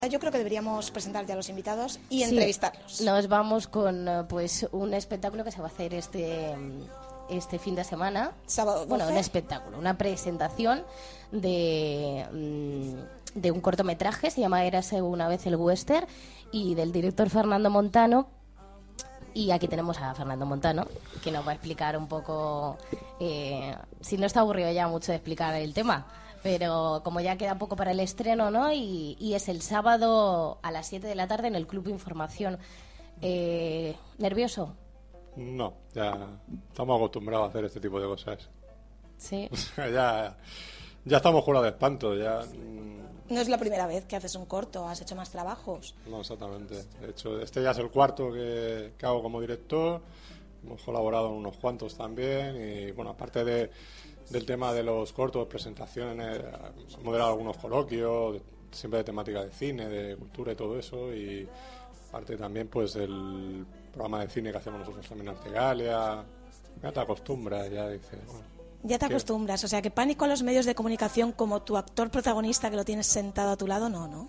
Ah, Yo creo que deberíamos presentar ya a los invitados y Sí, entrevistarlos. Nos vamos con eh, pues un espectáculo que se va a hacer este este fin de semana. Sábado Bueno, 12. un espectáculo, una presentación de mm, de un cortometraje, se llama Érase una vez el western y del director Fernando Montano. Y aquí tenemos a Fernando Montano, que nos va a explicar un poco, eh, si no está aburrido ya mucho de explicar el tema, pero como ya queda poco para el estreno, ¿no? Y, y es el sábado a las 7 de la tarde en el Club Información. Eh, ¿Nervioso? No, ya estamos acostumbrados a hacer este tipo de cosas. Sí. ya, ya estamos curados de espanto, ya. mm, No es la primera vez que haces un corto, has hecho más trabajos. No exactamente. De hecho, este ya es el cuarto que, que hago como director. Hemos colaborado en unos cuantos también. Y bueno, aparte de, del tema de los cortos, presentaciones, eh, he moderado algunos coloquios, de- siempre de temática de cine, de cultura y todo eso. Y aparte también, pues, el programa de cine que hacemos nosotros también en Artegalia. Ya te acostumbras, ya dices. bueno, Ya te ¿Qué? acostumbras, o sea que pánico a los medios de comunicación como tu actor protagonista que lo tienes sentado a tu lado, no, ¿no?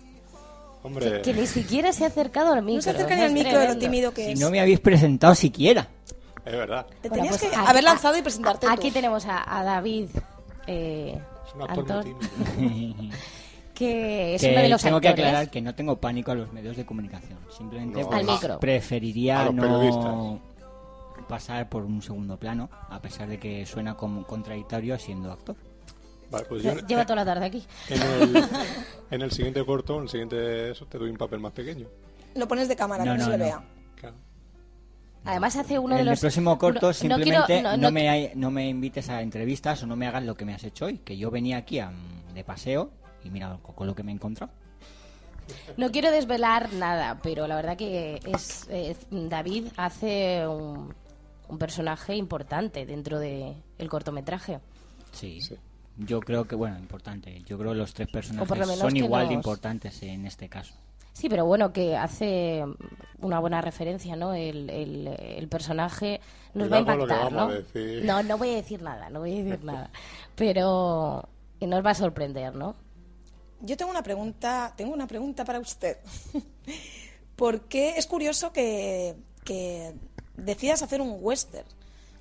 hombre. Que ni siquiera se ha acercado al micro. No se acerca ni al es micro de lo tremendo. tímido que Si es. no me habéis presentado siquiera. Es verdad. Te Bueno, tenías pues que aquí- haber lanzado a- y presentarte a- tú. Aquí tenemos a, a David eh, Es un actor Antón, muy tímido. que es Que uno de los tengo que actores. aclarar que no tengo pánico a los medios de comunicación. Simplemente No, pues, Al micro. a preferiría los no periodistas. pasar por un segundo plano, a pesar de que suena como contradictorio siendo actor. Vale, pues yo- Lleva toda la tarde aquí. En el, en el siguiente corto, en el siguiente eso, te doy un papel más pequeño. Lo pones de cámara, No, que no, no, se le no. vea. Claro. Además hace uno en de los... el próximo corto uno- no simplemente quiero- no, me, hay- no me invites a entrevistas o no me hagas lo que me has hecho hoy, que yo venía aquí a, de paseo y mira con con lo que me he encontrado. No quiero desvelar nada, pero la verdad que es eh, David hace un, un personaje importante dentro de el cortometraje. Sí. Sí. Yo creo que, bueno, importante. Yo creo que los tres personajes por lo menos son que igual los- de importantes en este caso. Sí, pero bueno, que hace una buena referencia, ¿no? El, el- el personaje nos va a Cuidado con lo que impactar, vamos ¿no? a decir. No, no voy a decir nada, no voy a decir nada. Pero nos va a sorprender, ¿no? Yo tengo una pregunta, tengo una pregunta para usted. Porque es curioso que, que decidas hacer un western,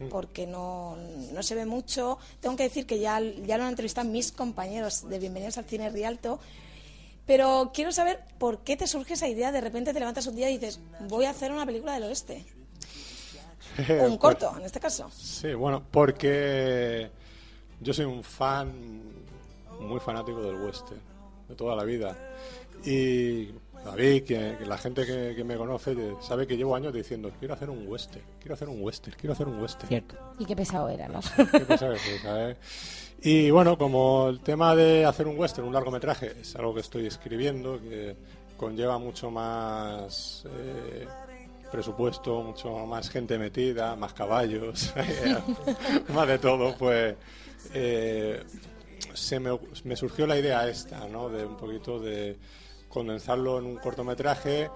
porque no, no se ve mucho. Tengo que decir que ya, ya lo han entrevistado mis compañeros de Bienvenidos al Cine Rialto, pero quiero saber por qué te surge esa idea, de repente te levantas un día y dices, voy a hacer una película del oeste, o un Pues, corto en este caso. sí, bueno, porque yo soy un fan, muy fanático del western, de toda la vida. Y David, que, que la gente que, que me conoce que sabe que llevo años diciendo, quiero hacer un western, quiero hacer un western, quiero hacer un western. Cierto. Y qué pesado era, ¿no? Qué cosa que sí, ¿sabes? Y bueno, como el tema de hacer un western, un largometraje, es algo que estoy escribiendo, que conlleva mucho más eh, presupuesto, mucho más gente metida, más caballos, más de todo, pues eh, se me, me surgió la idea esta, ¿no? De un poquito de condensarlo en un cortometraje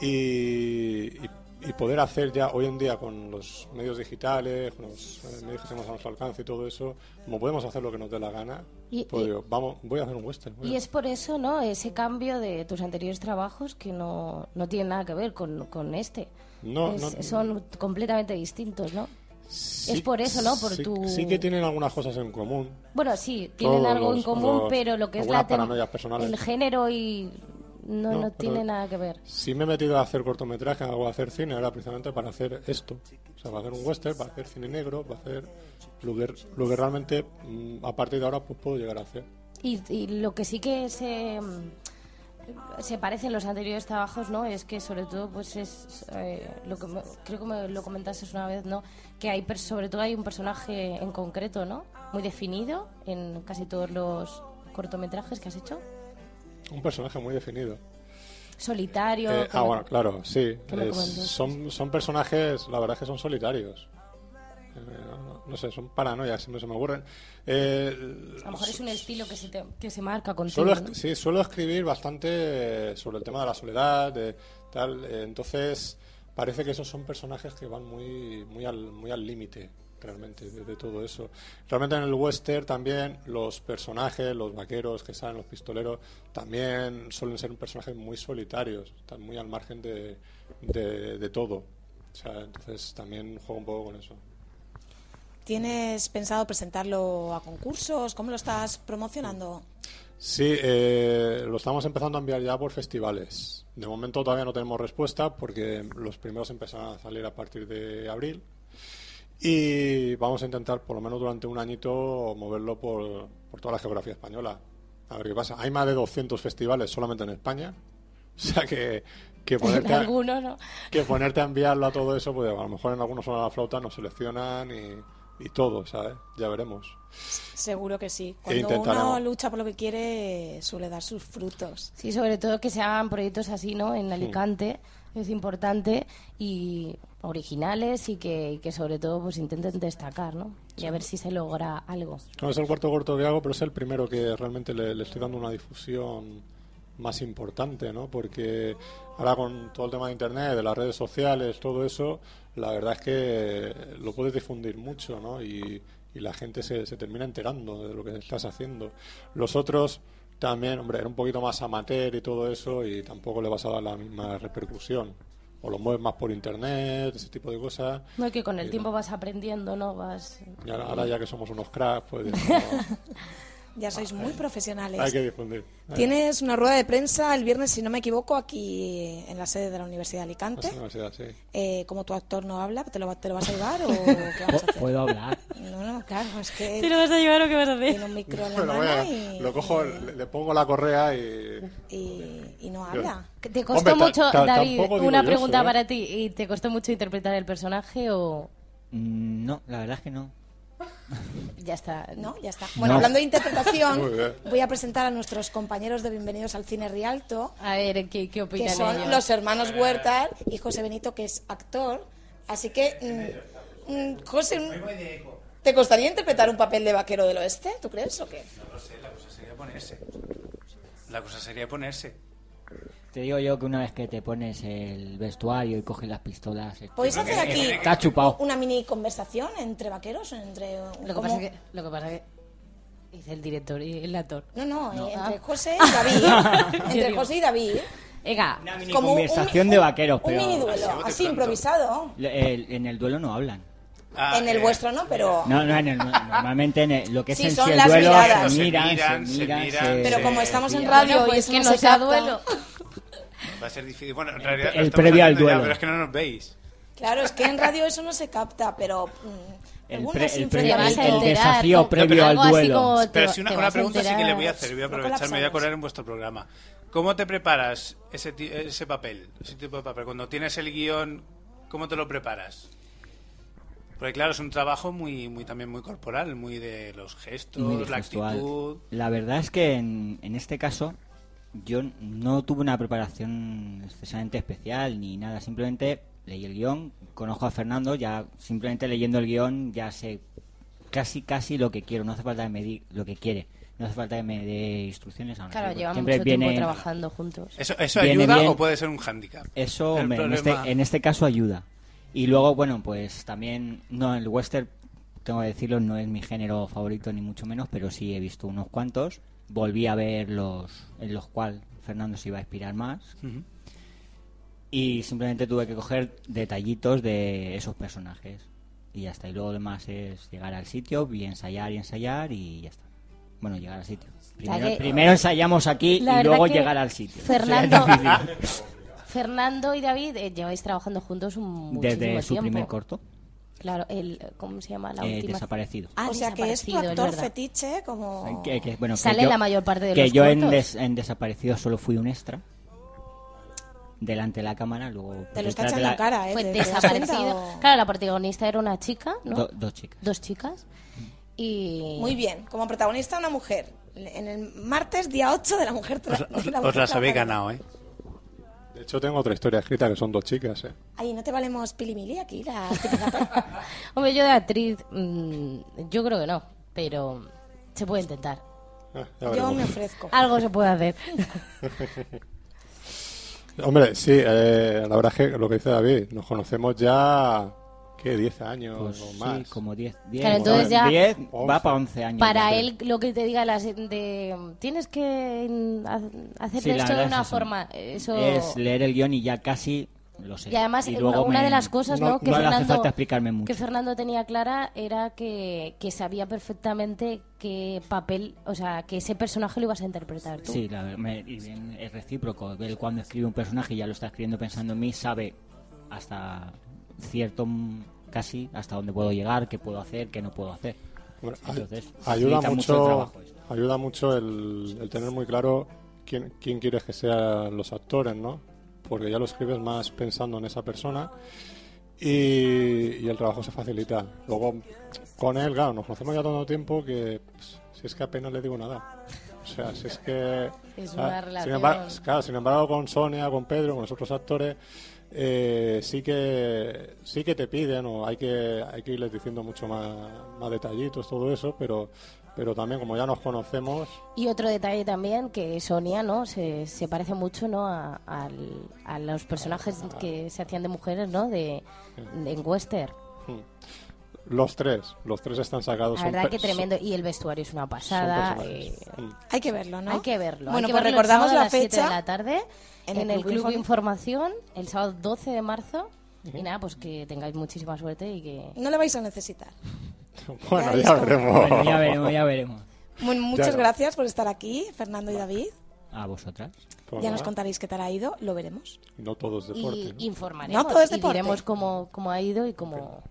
y, y- y poder hacer ya hoy en día con los medios digitales, con los eh, medios que tenemos a nuestro alcance y todo eso, como podemos hacer lo que nos dé la gana, Y- pues y- digo, vamos, voy a hacer un western. voy a- Y es por eso, ¿no? Ese cambio de tus anteriores trabajos que no, no tiene nada que ver con, con este. No, Es- no- Son completamente distintos, ¿no? Sí- es por eso, ¿no? Por sí- tu- sí que tienen algunas cosas en común, Bueno, sí, tienen Todos algo en los- común, los- pero lo que es algunas la tem- paranoias personales. el género y no, No, no pero- tiene nada que ver. Si me he metido a hacer cortometrajes o a hacer cine, era precisamente para hacer esto. O sea, para hacer un western, para hacer cine negro, para hacer lo que, lo que realmente mm, a partir de ahora pues, puedo llegar a hacer. Y, y lo que sí que se, mm, se parecen los anteriores trabajos, ¿no? Es que sobre todo, pues es eh, lo que me- creo que me lo comentaste una vez, ¿no? Que hay per- sobre todo hay un personaje en concreto, ¿no? Muy definido en casi todos los cortometrajes que has hecho. Un personaje muy definido. Solitario. Eh, ah, como- bueno, claro, sí. ¿Qué me Es- comentas? son, son personajes, la verdad es que son solitarios. Eh, no- no, no sé, son paranoias, siempre se me ocurren. Eh, A lo mejor es un estilo que se, te- que se marca contigo. Suelo, ¿no? es- sí, suelo escribir bastante eh, sobre el tema de la soledad, de tal. eh, entonces, parece que esos son personajes que van muy, muy al muy al límite, realmente, de, de todo eso. Realmente en el western también los personajes, los vaqueros que salen, los pistoleros, también suelen ser personajes muy solitarios, están muy al margen de, de, de todo. O sea, entonces también juego un poco con eso. ¿Tienes pensado presentarlo a concursos? ¿Cómo lo estás promocionando? Sí, eh, lo estamos empezando a enviar ya por festivales. De momento todavía no tenemos respuesta porque los primeros empezaron a salir a partir de abril y vamos a intentar por lo menos durante un añito moverlo por, por toda la geografía española. A ver qué pasa. Hay más de 200 festivales solamente en España. O sea que, que ponerte a- Alguno, ¿no? que ponerte a enviarlo a todo eso, pues a lo mejor en algunos son a la flauta, nos seleccionan y, y todo, ¿sabes? Ya veremos. Seguro que sí. Cuando E intentaremos. uno lucha por lo que quiere, suele dar sus frutos. Sí, sobre todo que se hagan proyectos así, ¿no? En Alicante es importante y originales y que, y que sobre todo pues intenten destacar, ¿no? Y a ver si se logra algo. No, es el cuarto corto que hago, pero es el primero que realmente le, le estoy dando una difusión más importante, ¿no? Porque ahora con todo el tema de Internet, de las redes sociales, todo eso, la verdad es que lo puedes difundir mucho, ¿no? Y, y la gente se, se termina enterando de lo que estás haciendo. Los otros también, hombre, era un poquito más amateur y todo eso y tampoco le vas a dar la misma repercusión. O lo mueves más por Internet, ese tipo de cosas. No, y que con el Sí, tiempo vas aprendiendo, ¿no? Vas... eh, Y ahora, ahora ya que somos unos cracks, pues... no, Ya sois muy profesionales. Ah, eh. hay que eh. difundir. Tienes una rueda de prensa el viernes, si no me equivoco, aquí en la sede de la Universidad de Alicante. Más universidad, sí. Eh, como tu actor no habla, ¿te lo, va- te lo vas a llevar o qué vamos a hacer? Puedo hablar. No, no, claro, es que ¿Te lo vas a llevar o qué vas a hacer? tiene un micro en la Bueno, voy mano a- y, lo cojo, le, le pongo la correa y... y- y no habla. ¿Que ¿Te costó Hombre, ta- mucho, ta- David, tampoco digo una yo pregunta eso, ¿eh? para ti? ¿Y te costó mucho interpretar el personaje o Mm, No, la verdad es que no. ya está? No, ya está. Bueno, No. hablando de Muy bien. interpretación, voy a presentar a nuestros compañeros de Bienvenidos al Cine Rialto, A ver, ¿qué, qué que opinan son ellos? los hermanos Huerta y José Benito, que es actor. Así que, mm, mm, José, ¿te costaría interpretar un papel de vaquero del oeste? ¿Tú crees o qué? No sé, la cosa sería ponerse. La cosa sería ponerse. Te digo yo que una vez que te pones el vestuario y coges las pistolas... eh, ¿Podéis hacer aquí Está chupado. una mini conversación entre vaqueros? Entre, Lo que como- pasa es que, lo que pasa es que dice el director y el actor. No, no, eh, entre ah. José y David. Yo entre digo. José y David. Venga, Una mini un- conversación un- de vaqueros, un pero... mini duelo, bote así pronto. improvisado. Le- el- en el duelo no hablan. Ah, en el eh, vuestro no, pero... No, no, en el- normalmente en el- lo que es Sí, en sí son el las duelo miradas. se Se miran, se miran, miran, se se miran, Pero eh, se- como estamos en Sí. radio Bueno, y pues eso que no no se sea capta, duelo. Va a ser difícil. Bueno, en realidad. El lo estamos previo al haciendo ya, duelo. pero es que no nos veis. Claro, es que en radio eso no se capta, pero... mm, El algunas pre- el te previo- influencias- vas a el enterar. desafío como- previo pero al algo así duelo. como te- Pero si una, te una vas a pregunta sí que le enterar. voy a hacer. Voy a No aprovecharme, voy a colapsamos. colar en vuestro programa. ¿Cómo te preparas ese, ti- ese papel? Ese tipo de papel. Cuando tienes el guión, ¿cómo te lo preparas? Porque claro, es un trabajo muy, muy también muy corporal, muy de los gestos, Muy la gestual. actitud. La verdad es que en, en este caso yo no tuve una preparación excesivamente especial ni nada, simplemente leí el guión, conozco a Fernando, ya simplemente leyendo el guión ya sé casi casi lo que quiero, no hace falta que me di lo que quiere, no hace falta que me dé instrucciones. aún Claro, así, llevan siempre mucho viene- tiempo trabajando juntos. ¿Eso, eso Viene ayuda bien. o puede ser un hándicap? Eso El hombre, en, este, problema- en este caso ayuda. Y luego, bueno, pues también, no, el western, tengo que decirlo, no es mi género favorito ni mucho menos, pero sí he visto unos cuantos. Volví a ver los en los cual Fernando se iba a inspirar más. Ujú. Y simplemente tuve que coger detallitos de esos personajes. Y ya está. Y luego lo demás es llegar al sitio y ensayar y ensayar y ya está. Bueno, llegar al sitio. Primero, que- primero ensayamos aquí La y verdad luego que llegar al sitio. Fernando, Fernando y David eh, lleváis trabajando juntos un muchísimo Desde su tiempo. primer corto. Claro, el ¿cómo se llama la Eh, última? desaparecido. Ah, o sea que es tu desaparecido, actor verdad. fetiche como... Que- que- bueno, que Oh. Sale yo- la mayor parte de que los yo en, cortos. des- en desaparecido solo fui un extra delante de la cámara luego pues, Te lo está echando detrás de en la- cara, ¿eh? Fue ¿Te- te das desaparecido. cuenta o- Claro, la protagonista era una chica, ¿eh? ¿no? do- dos chicas Dos chicas. Y Muy bien, como protagonista una mujer. En el martes, día 8 de la mujer... tra- Os, os- de la os mujer las trabajadora. habéis ganado, ¿eh? hecho, tengo otra historia escrita que son dos chicas. ¿eh? Ay, ¿no te valemos pilimili aquí? La... típica- Hombre, yo de actriz, mm, yo creo que no, pero se puede intentar. Ah, ya Yo veremos. me ofrezco. Algo se puede hacer. Hombre, sí, eh, la verdad es que lo que dice David, nos conocemos ya, ¿qué? 10 años Pues o sí, más. como 10. 10 Claro, entonces ya- 10 Once. va para 11 años. Para Sí. él, lo que te diga las de. Tienes que mm, ha- hacer Sí, la esto verdad de es una eso. forma. Eso. Es leer el guión y ya casi lo sé. Y además, Y una, luego una me- de las cosas ¿no? no que, le Fernando, hace falta explicarme mucho. que Fernando tenía clara era que, que sabía perfectamente qué papel, o sea, que ese personaje lo ibas a interpretar tú. Sí, la ver- me- y bien, es recíproco. Él cuando escribe un personaje y ya lo está escribiendo pensando en mí, sabe hasta cierto mm, casi hasta dónde puedo llegar, qué puedo hacer, qué no puedo hacer. Hombre, ay- Entonces, ayuda facilita mucho el mucho, trabajo eso. ayuda mucho el, el tener muy claro quién, quién quieres que sean los actores, ¿no? Porque ya lo escribes más pensando en esa persona y, y el trabajo se facilita. Luego, con él, claro, nos conocemos ya tanto tiempo que pues, si es que apenas le digo nada. O sea, si es que... Es ah, una sin relación. embargo, claro, sin embargo, con Sonia, con Pedro, con los otros actores, eh, sí que sí que te piden o hay que hay que irles diciendo mucho más, más detallitos, todo eso, pero pero también como ya nos conocemos, Y otro detalle también, que Sonia, ¿no? Se, se parece mucho, ¿no? A, al- a los personajes que se hacían de mujeres, ¿no? De, de- en Western. los tres, los tres están sacados. La son verdad pe- que tremendo. Y el vestuario es una son- son pasada. personajes. eh, Mm. Hay que verlo, ¿no? Hay que verlo. Bueno, hay que pues verlo el recordamos sábado la a las 7 fecha de la tarde en, el, Club, Inform- Información, el sábado 12 de marzo. Y nada, pues que tengáis muchísima suerte y que... No lo vais a necesitar. Bueno, Ya ya es como- veremos. Bueno, ya veremos, ya veremos. Bueno, muchas no. gracias por estar aquí, Fernando y David. A vosotras. Pues ya nada, nos contaréis qué tal ha ido, lo veremos. No todo es deporte. Y ¿no? informaremos No todo es y deporte. diremos cómo, cómo ha ido y cómo,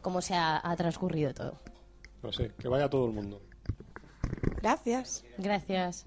cómo se ha, ha transcurrido todo. No sé, que vaya todo el mundo. Gracias. Gracias.